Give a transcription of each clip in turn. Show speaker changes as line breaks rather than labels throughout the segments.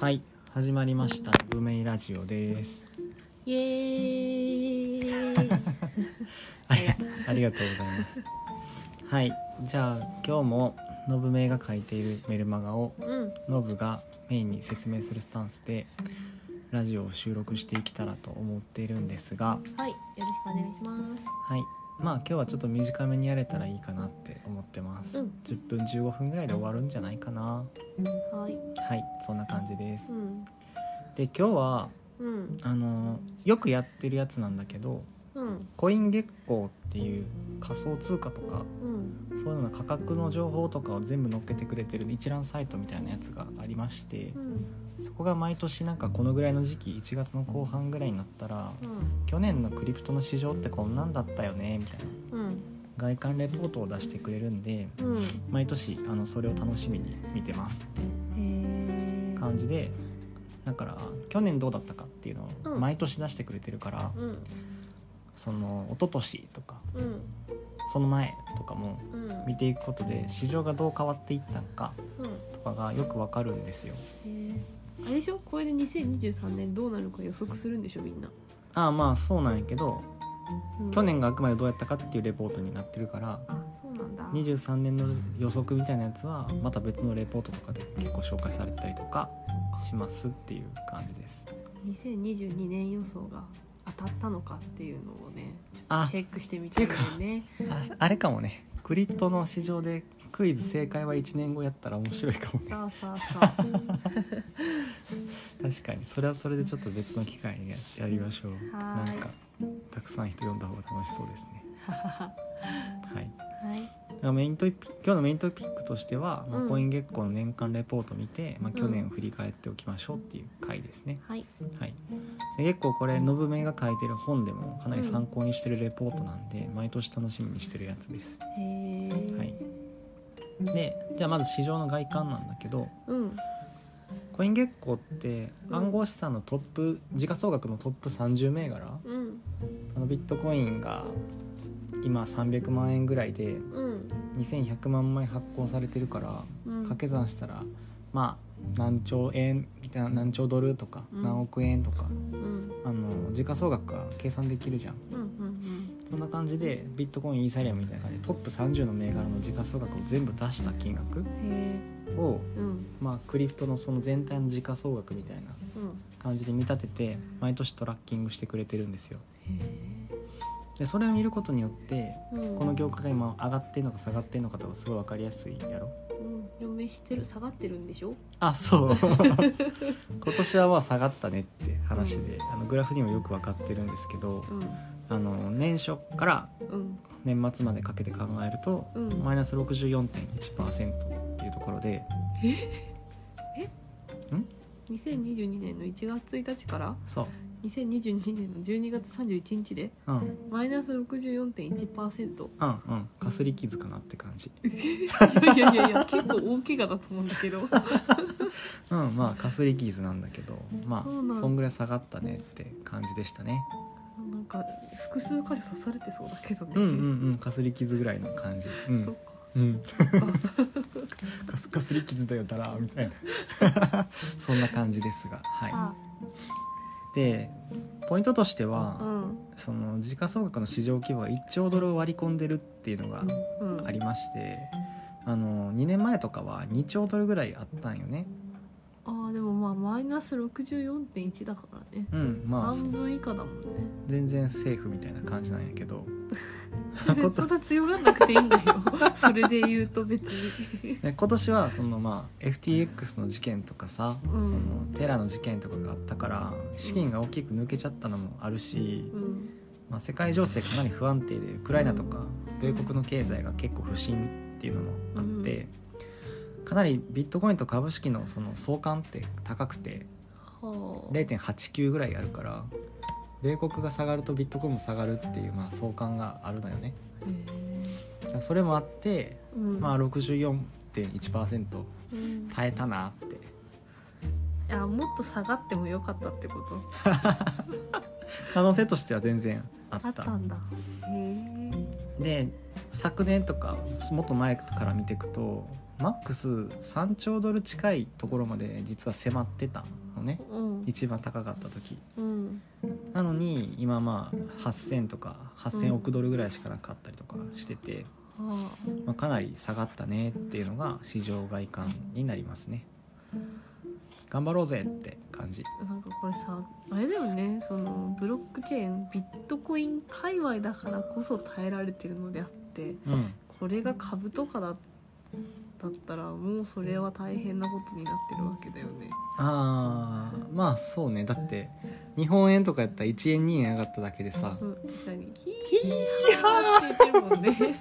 はい始まりました「ブメイラジオ」です
イエーイ
あり ありがとうございますはいじゃあ今日もノブメイが書いているメルマガを
うん
ノブがメインに説明するスタンスでラジオを収録していけたらと思っているんですが
はいよろしくお願いします
はいまあ今日はちょっと短めにやれたらいいかなって思ってます、
うん
10分15分ぐらいで終わるんじゃないかな
はい
はいそんな感じです
うん
で今日は
うん
あのよくやってるやつなんだけど
うん
コイン月光っていう仮想通貨とか
うん
そういうのの価格の情報とかを全部載っけてくれてる一覧サイトみたいなやつがありまして
うん
そこが毎年なんかこのぐらいの時期1月の後半ぐらいになったら去年のクリプトの市場ってこんなんだったよねみたいな
うん
外観レポートを出してくれるんで
うん
毎年あのそれを楽しみに見てますって
へえ
感じでだから去年どうだったかっていうの
う
を
ん
毎年出してくれてるから
うん
その一昨年とか
うん
その前とかも
うん
見ていくことで市場がどう変わっていったのか
うん
とかがよくわかるんですよ。
へえあれでしょこれで2023年どうなるか予測するんでしょみんな、
ああまあそうなんやけど
うん
去年があくまでどうやったかっていうレポートになってるから
あそうなんだ
23年の予測みたいなやつはまた別のレポートとかで結構紹介されてたりとかしますっていう感じです。
2022年予想が当たったのかっていうのをね
あ
チェックしてみてるよね
ああれかもねクリプトの市場でクイズ正解は1年後やったら面白いかも ね
さあさあさあ
確かにそれはそれでちょっと別の機会にややりましょう
は
なん
ーい
かたくさん人読んだ方が楽しそうです ねはい
はい
だからメイントピ今日のメイントピックとしては、まあ
うん
コイン月光の年間レポートを見て、まあ、
うん
去年を振り返っておきましょうっていう回ですね、
はい
はい、で結構これノブメイが書いてる本でもかなり参考にしてるレポートなんで、毎年楽しみにしてるやつです
へえ、
はいでじゃあまず市場の外観なんだけど
うん
コイン月光って暗号資産のトップ時価総額のトップ30銘柄
うん
あのビットコインが今300万円ぐらいで
うん
2100万枚発行されてるから
うん
掛け算したらまあ何兆円みたいな何兆ドルとか
うん
何億円とか、
うん
あの時価総額から計算できるじゃん
うんうん
そんな感じでビットコインイーサリアムみたいな感じでトップ30の銘柄の時価総額を全部出した金額
うんへ
を、
えうん
まあ、クリプトのその全体の時価総額みたいな
うん
感じで見立てて毎年トラッキングしてくれてるんですよ
へ
でそれを見ることによって
えうん
この業界が今上がってんのか下がってんのかとかすごい分かりやすいやろ
うん嫁してる下がってるんでしょ
あそう 今年はまあ下がったねって話で、あのグラフにもよく分かってるんですけど
うん
あの年初から
うん
年末までかけて考えると、
うん
マイナス64.1%っていうところで
2022年の1月1日から
そ
2022年の12月31日で
ううんうん
マイナス64.1%
うんかすり傷かなって感 じ
いやいやいやいや結構大怪我だと思うんだ けど
うんまあかすり傷なんだけどまあ
そうなんだ
そんぐらい下がったねって感じでしたね
なんか複数箇所刺されてそうだけどね
うんうん うんかすり傷ぐらいの感じう
そ
ん、
っか
うん、かすか すり傷だよだらーみたいな そんな感じですがは
あ
いでポイントとして
う
は、
ん
その時価総額の市場規模が1兆ドルを割り込んでるっていうのが
うん
ありましてあの2年前とかは2兆ドルぐらいあったんよね
あーでもまあマイナス64.1だからね
うんまあ
半分以下だもんね
全然セーフみたいな感じなんやけ どこ
そ
と
んな強がんなくていい んだよそれで言うと別に
ね今年はそのまあ FTX の事件とかさ、
うん
そのテラの事件とかがあったから資金が大きく抜けちゃったのもあるし、
うん
まあ、世界情勢かなり不安定でウクライナとか米国の経済が結構不振っていうのもあって、かなりビットコインと株式のその相関って高くて
はあ
0.89ぐらいあるから米国が下がるとビットコインも下がるっていうまあ相関があるのよね。
へえ
じゃあそれもあって、
うん
まあ、64.1%
うん
耐えたなって
いやもっと下がってもよかったってこと
可能性としては全然あった
あったんだへえ
で昨年とかもっと前から見ていくとマックス3兆ドル近いところまで実は迫ってたのね
うん
一番高かった時
うん
なのに今まあ8,000とか8,000億ドルぐらいしかなかったりとかしてて、
はあ
まあ、かなり下がったねっていうのが市場外観になりますね頑張ろうぜって感じ
なんかこれさあれだよねそのブロックチェーンビットコイン界隈だからこそ耐えられてるのであって
うん
これが株とかだだったらもうそれは大変なことになってるわけだよね
あーまあそうねだって日本円とかやったら1円2円上がっただけでさ
うん何ヒーハーって言ってるもんね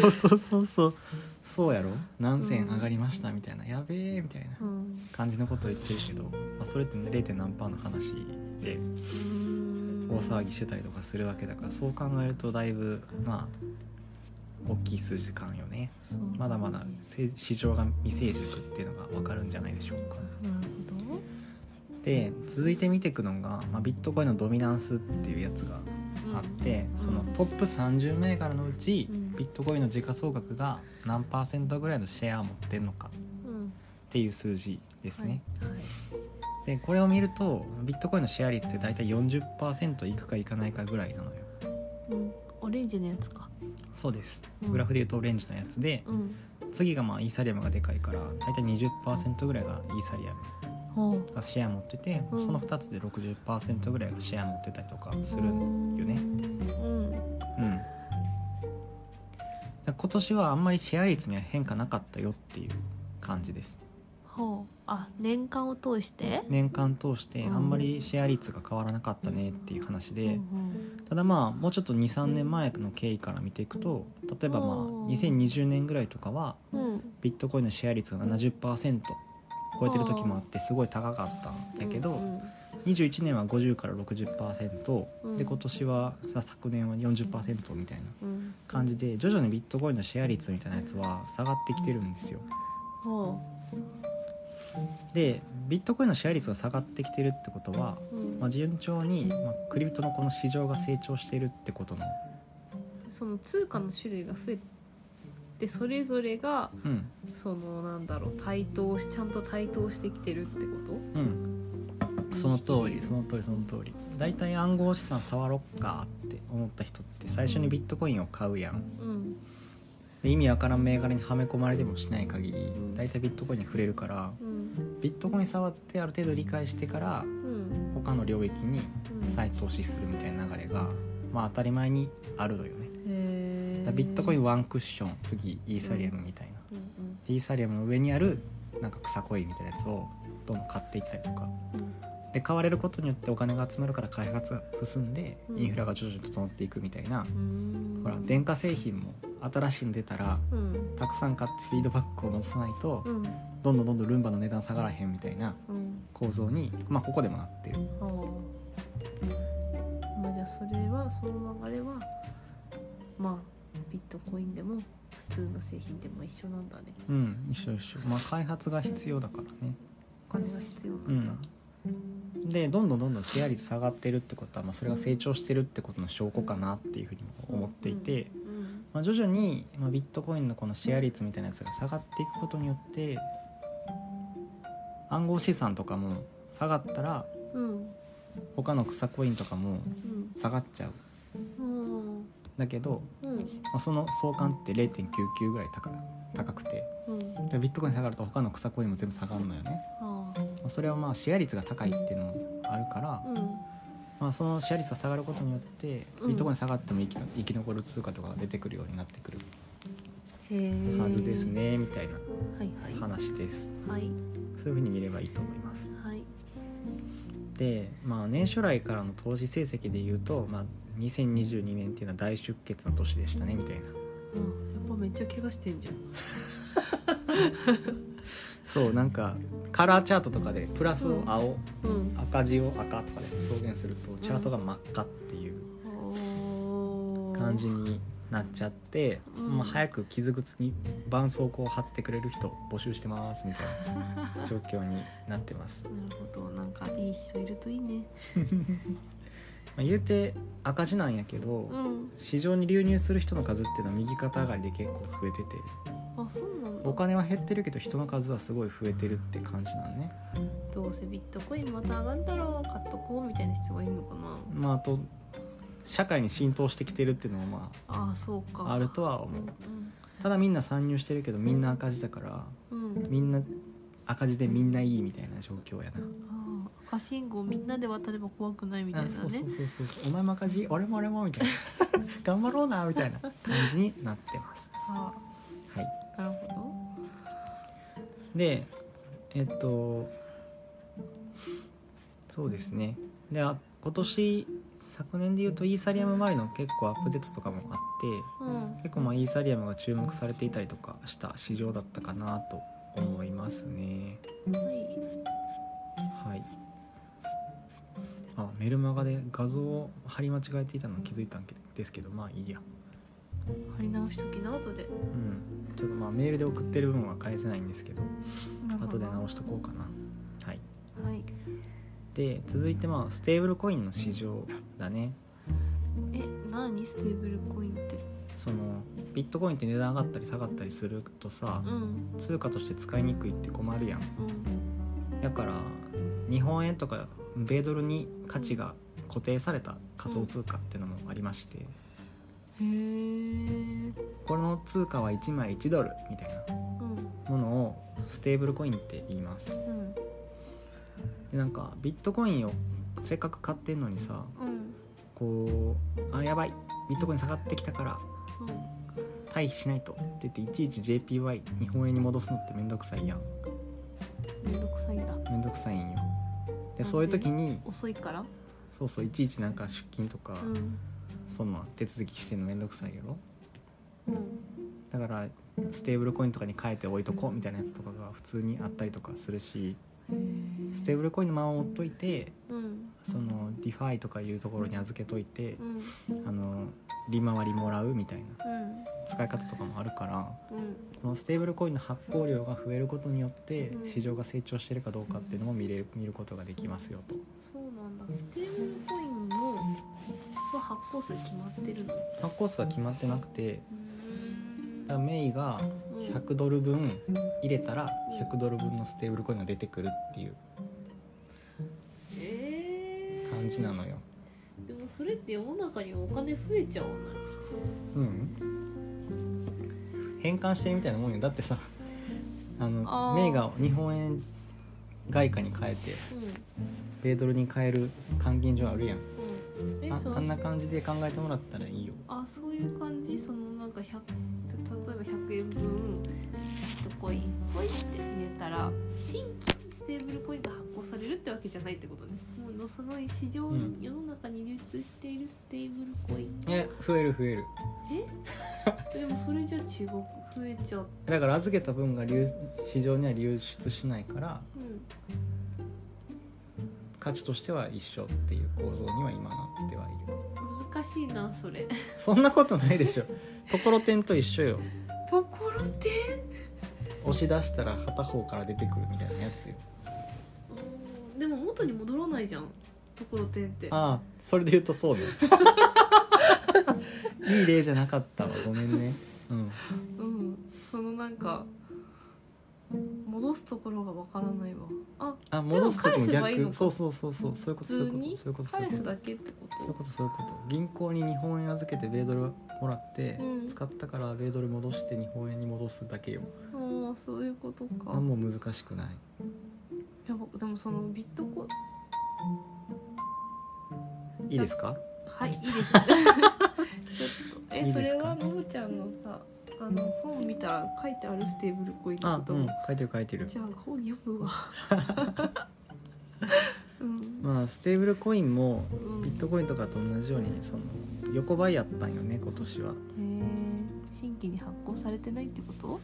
そうそうそうそうそうやろ何千上がりましたみたいなやべえみたいな
うん
感じのことを言ってるけど、まあ、それってね 0. 何パーの話で大騒ぎしてたりとかするわけだからそう考えるとだいぶまあ大きい数字感よね
そう
まだまだせい市場が未成熟っていうのが分かるんじゃないでしょうか
なるほ
で続いて見ていくのが、まあ、ビットコインのドミナンスっていうやつが
ど
あって、
うん
そのトップ30銘柄のうち、
うん
ビットコインの時価総額が何パーセントぐらいのシェアを持ってるのか
うん
っていう数字ですね、
はいはい
でこれを見るとビットコインのシェア率って大体40%いくかいかないかぐらいなのよ
うん、オレンジのやつか
そうです
うん
グラフでいうとオレンジのやつで、
うん
次がまあイーサリアムがでかいから大体20%ぐらいがイーサリアム
ほう
がシェア持ってて、
うん
その2つで60%ぐらいがシェア持ってたりとかする
う
うん
ん
よね
うん
だから今年はあんまりシェア率には変化なかったよっていう感じです
ほうあ年間を通して
年間通してあんまりシェア率が変わらなかったねっていう話で、
うん
ただまあもうちょっと23年前の経緯から見ていくと例えばまあ
うん
2020年ぐらいとかは
うんうん
ビットコインのシェア率が70%超えてる時もあってすごい高かったんだけど、
うん
21年は50から60%、
うん
で今年はさ昨年は40%みたいな
うん
感じで徐々にビットコインのシェア率みたいなやつは下がってきてるんですよ。
ほ
でビットコインのシェア率が下がってきてるってことは、
ううん
まあ、順調に、まあ、クリプトのこの市場が成長してるってことの、
その通貨の種類が増えてそれぞれが
うん
そのなんだろう対等しちゃんと対等してきてるってこと
うん、その通りその通りその通り大体暗号資産触ろっかって思った人って最初にビットコインを買うやん
うん
で意味わからん銘柄にはめ込まれてもしない限り
ん
大体ビットコインに触れるから
うん
ビットコイン触ってある程度理解してから
うん
他の領域に
うん
再投資するみたいな流れが、まあ、当たり前にあるのよね
へ
だか
ー
らビットコインワンクッション次イーサリアムみたいな、
うん
イーサリアムの上にあるなんか草コインみたいなやつをどんどん買っていったりとか
うん
で買われることによってお金が集まるから開発が進んで
うん
インフラが徐々に整っていくみたいな、
うん
ほら電化製品も新しいの出たら
うん
たくさん買ってフィードバックを載さないと
うん
どんどんどんどんルンバの値段下がらへんみたいな
うん
構造にまあここでもなってる
ああまあじゃあそれはその流れはまあビットコインでも普通の製品でも一緒なんだね
うん一緒一緒まあ開発が必要だからね
お金が必要な
うん
だ
んでどんどんどんどんシェア率下がってるってことは、まあ、それが成長してるってことの証拠かなっていうふうにも思っていて、
うん
まあ、徐々に、まあ、ビットコインのこのシェア率みたいなやつが下がっていくことによって暗号資産とかも下がったら
うん
他の草コインとかも
うん
下がっちゃう
うん
だけど、
うん
まあ、その相関って0.99ぐらい高高くて
うん
でビットコイン下がると他の草コインも全部下がるのよね、
あ
まあ、それはまあシェア率が高いっていうのもあるから
あ、うん
まあ、そのシェア率が下がることによって
うん
ビットコイン下がっても生き生き残る通貨とかが出てくるようになってくる
へえ
はずですねみたいな
はいはいは
話です。
い
そういうふうに見ればいいと思います
はい
で、まあ、年初来からの投資成績でいうと、まあ、2022年っていうのは大出血の年でしたねみたいな
うんやっぱめっちゃ怪我してんじゃん
そうなんかカラーチャートとかでプラスを青、
うん
赤字を赤とかで表現するとチャートが真っ赤っていう
おー
感じになっちゃって、
うん
まあ、早く傷口に絆創膏を貼ってくれる人募集してますみたい な状況になってます
なるほどなんかいい人いるといいね
あ、言うて赤字なんやけど、
うん
市場に流入する人の数っていうのは右肩上がりで結構増えてて
あそうなんだ
お金は減ってるけど人の数はすごい増えてるって感じなんね
どうせビットコインまた上がったろ買っとこうみたいな人がいるのかな
まああと社会に浸透してきてるっていうのもま
ああそうか
ああるとは思う
うん
ただみんな参入してるけどみんな赤字だから
うん
みんな赤字でみんないいみたいな状況やな
ああ赤信号みんなで渡れば怖くないみたい
あ
な
そうそう
ね
そうそうそうお前も赤字俺も俺もみたいな頑張ろうなみたいな感じになってます
あ
はい
あなるほ
でえっとそうですねであ今年昨年でいうとイーサリアム周りの結構アップデートとかもあって
どうん
結構まあイーサリアムが注目されていたりとかした市場だったかなと思いますね
はい
はいあメルマガで画像を貼り間違えていたの気づいたんですけどまあいいや
貼り直しときな後で
うんちょっとまあメールで送ってる分は返せないんですけど後で直
し
しとこうかなはい
はい
で続いてまあステーブルコインの市場だね
え何ステーブルコインって
そのビットコインって値段上がったり下がったりするとさ
うん
通貨として使いにくいって困るやん
うん
だから日本円とか米ドルに価値が固定された仮想通貨っていうのもありまして
へえ
この通貨は1枚1ドルみたい
うん
なものをステーブルコインって言います
うん
でなんかビットコインをせっかく買ってんのにさ
うん
こうあやばいビットコイン下がってきたから
うん
退避しないとって言っていちいち JPY 日本円に戻すのってめんどくさいやん
めんどくさいんだ
めんどくさいんよでそういう時に
遅いから
そうそういちいちなんか出勤とか、
うん
そんな手続きしてんのめんどくさいやろ
うん
だからステーブルコインとかに変えて置いとこうみたいなやつとかが普通にあったりとかするし
へえ
ステーブルコインのまま置っといて
うん
そのディファイとかいうところに預けといて
うん
あの利回りもらうみたいな
うん
使い方とかもあるから
うん
このステーブルコインの発行量が増えることによって
うん
市場が成長してるかどうかっていうのも見れる見ることができますよと
そうなんだステーブルコインのは発行数決まってるの
発行数は決まってなくて
うん
だからメイが
うん
100ドル分入れたら100ドル分のステーブルコインが出てくるっていう
え
感じなのよ
ー、でもそれって世の中にお金増えちゃわない
うん変換してるみたいなもんよだってさあの
あー
メイが日本円外貨に変えて
う
米ドルに変える換金所あるやん
んうんえ
あ
その
あんな感じで考えてもらったらいいよ
あそういう感じそのなんか100例えば100円分ビットコインポイって入れたら新規にステーブルコインが発行されるってわけじゃないってことねもうのその市場、
うん
世の中に流通しているステーブルコイン
え増える増える
でもそれじゃ中国増えちゃう
だから預けた分が流市場には流出しないから
うん
価値としては一緒っていう構造には今なってはいる
難しいなそれ
そんなことないでしょところてんと一緒よ
ところてん
押し出したら片方から出てくるみたいなやつよ
うんでも元に戻らないじゃんところてんって
ああそれで言うとそう だよいい例じゃなかったわごめんねうん
うんそのなんか戻すところがわからないわあ
あ戻す時も
でも返せばいいの
逆
か
そうそうそうそうそういうこ
普
とそうい
通
うこと
に
そういうことそういう
返
こ
す
と
だけってこ
そういう
と
ことそういうこと銀行に日本円預けて米ドルもらって、
うん
使ったから米ドル戻して日本円に戻すだけよ
ああそういうことか
何も難しくない
やばでもそのビットコイン
いいですか
はいいいで すちょっとえ
いいですか
それはのぶちゃんのさあの本見たら書いてあるステーブルコインの
あ
こ、と
うん
も、、
書いてる書いてる
じゃあ本読むわ うん、
まあステーブルコインも
うん、
ビットコインとかと同じようにその横ばいやったんよね今年は
へえ新規に発行されてないってこと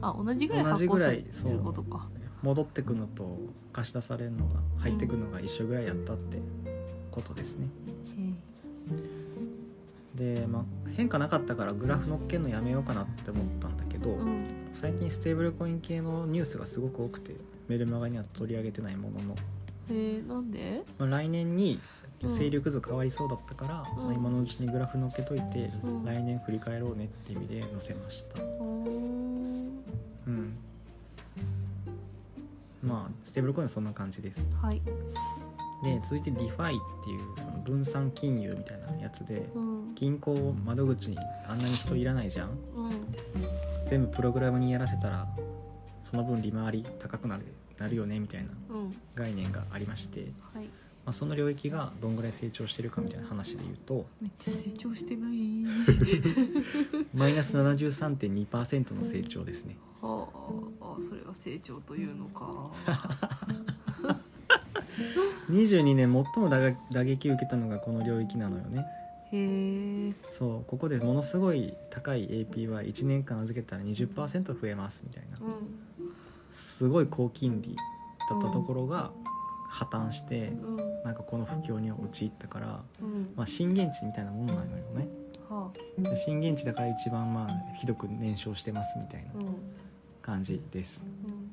あ同じぐらい
同じ
発
ぐ
行さ
ら
れ
い
て
そう
ることか
戻ってくのと貸し出されるのが入ってくのが一緒ぐらいやったってことですね
へ
で、まあ、変化なかったからグラフ乗っけんのやめようかなって思ったんだけど、
えうん
最近ステーブルコイン系のニュースがすごく多くてメルマガには取り上げてないものの、
へえなんで
まあ、来年に
うん
勢力図変わりそうだったから、
うん
まあ今のうちにグラフ載っけといて、
うん
来年振り返ろうねって意味で載せました
うん
うんまあステーブルコインはそんな感じです
はい
で続いて DeFi っていうその分散金融みたいなやつで
うん
銀行窓口にあんなに人いらないじゃん
うん
全部プログラムにやらせたらその分利回り高くなるなるよねみたいな
うん
概念がありまして、ま
はい
あ、その領域がどんぐらい成長してるかみたいな話で言うと
めっちゃ成長してない
マイナス73.2%の成長ですね
は ああそれは成長というの か
22年最も打撃打撃を受けたのがこの領域なのよね
へえ
そうここでものすごい高い APY1 年間預けたら20%増えますみたいな
うん
すごい高金利だったところが破綻して
うん
なんかこの不況に陥ったから、
うん
まあ、震源地みたいなものなのよね
はあ
で震源地だから一番まあひどく燃焼してますみたいな
うん
感じです
うん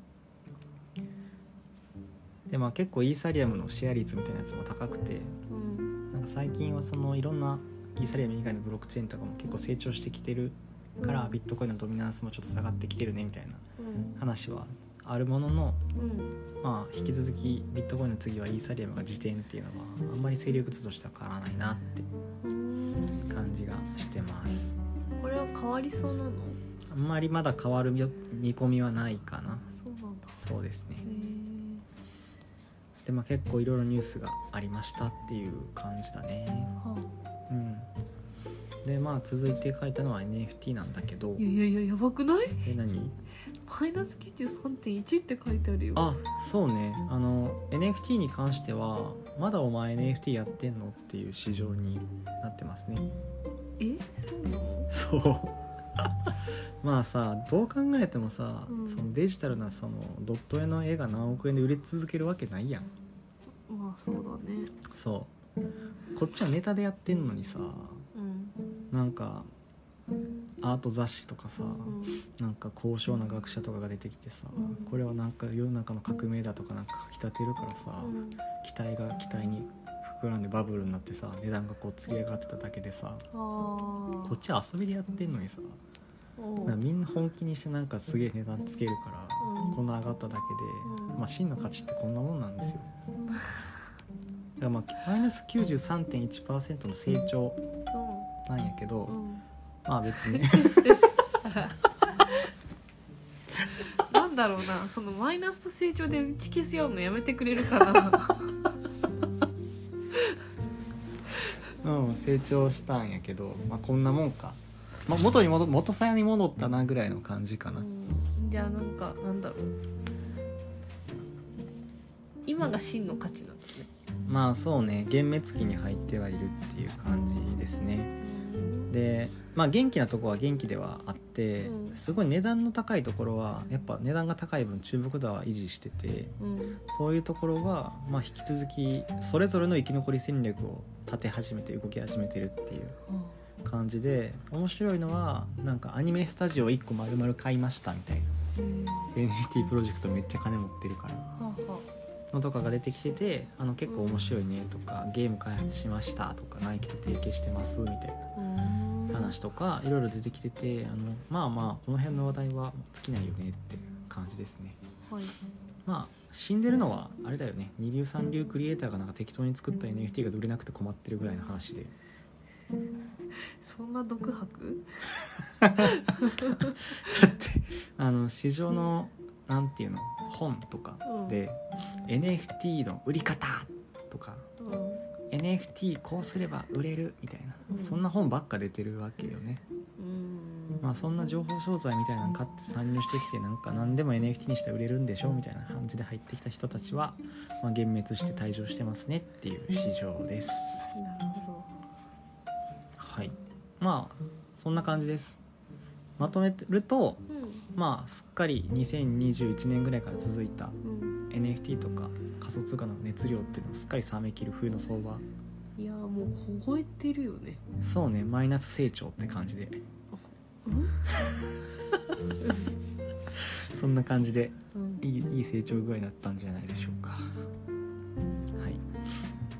でまあ結構イーサリアムのシェア率みたいなやつも高くて
うん
なんか最近はそのいろんなイーサリアム以外のブロックチェーンとかも結構成長してきてるからビットコインのドミナンスもちょっと下がってきてるねみたいな
うん
話はあるものの、
うん
まあ、引き続きビットコインの次はイーサリアムが時点っていうのはあんまり勢力図としては変わらないなって
うん
感じがしてます
これは変わりそうなの
あんまりまだ変わる見見込みはないかな
そうなんだ
そうですね
へえ
で、まあ、結構いろいろニュースがありましたっていう感じだね
は
うんでまあ続いて書いたのは NFT なんだけど
あいやいやいややばくない
え何
マイナス93.1って書いてあるよ
あそうねあの NFT に関してはまだお前 NFT やってんのっていう市場になってますね
えそうなの
そう まあさどう考えてもさ、
うん
そのデジタルなそのドット絵の絵が何億円で売れ続けるわけないやん
まあそうだね
そうこっちはネタでやってんのにさ
うん
なんかアート雑誌とかさ
うん
なんか高尚な学者とかが出てきてさ、
うん
これはなんか世の中の革命だとかなんか書き立てるからさ、
うん
期待が期待に膨らんでバブルになってさ値段がこうつり上がってただけでさ
ああ
こっちは遊びでやってんのにさ
おう
なんかみんな本気にしてなんかすげえ値段つけるから、
うん
こんな上がっただけで、
うん
まあ、真の価値ってこんなもんなんですよ。だからまあマイナス93.1%の成長なんやけど、
うんうん
まあ別 に
なんだろうなそのマイナスと成長で打ち消すようのやめてくれるかな
うん成長したんやけど、まあ、こんなもんか、まあ、元に戻元さやに戻ったなぐらいの感じかな。
うんじゃあなんかなんだろう今が真の価値なんだね
まあそうね幻滅期に入ってはいるっていう感じですねでまあ元気なとこは元気ではあって、
うん
すごい値段の高いところはやっぱ値段が高い分注目度は維持してて
うん
そういうところが、まあ、引き続きそれぞれの生き残り戦略を立て始めて動き始めてるっていう感じで面白いのはなんかアニメスタジオ1個丸々買いましたみたいな NFT プロジェクトめっちゃ金持ってるから
はあは
のとかが出てきててあの結構面白いねとかゲーム開発しましたとかナイキと提携してますみたい
あうん
な話とかいろいろ出てきててあのまあまあこの辺の話題は尽きないよねって感じですね
はい
まあ死んでるのはあれだよね二流三流クリエイターがなんか適当に作った NFT が売れなくて困ってるぐらいの話で
そんな独白
だってあの市場のなんていうの本とかで NFT の売り方とか
うん
NFT こうすれば売れるみたいな、
うん
そんな本ばっか出てるわけよね、
うん
まあ、そんな情報商材みたいなの買って参入してきてなんか何でも NFT にしたら売れるんでしょみたいな感じで入ってきた人たちは、まあ、幻滅して退場してますねっていう市場です
なるほ
はいまあそんな感じですまとめると
ど
まあすっかり2021年ぐらいから続いた
うんうん
NFT とか仮想通貨の熱量っていうのをすっかり冷めきる冬の相場
いやーもう凍えてるよね。
そうねマイナス成長って感じで
うん
そんな感じで
うん
いいいい成長具合だったんじゃないでしょうかはい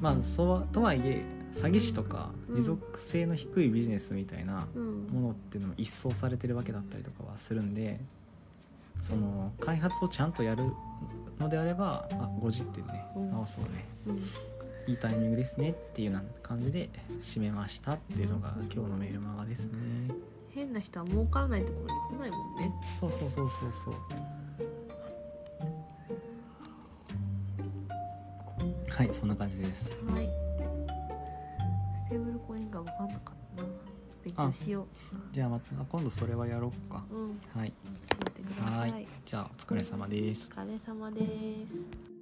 まあそうとはいえ詐欺師とか
うん
持続性の低いビジネスみたいな
うん
ものっていうのも一掃されてるわけだったりとかはするんでその開発をちゃんとやるのであればあ5時ってね
うん
直そうね
うん
いいタイミングですねっていうような感じで締めましたっていうのが今日のメールマガですね
変な人は儲からないところに来ないもんね
そうそうそうそうそうはいそんな感じです
はいステーブルコインが分かんなかったな勉強しよ
じゃあまた今度それはやろうか
ううん
はい
待ってくださ
はいいじゃあお疲れ様です
お疲れ様です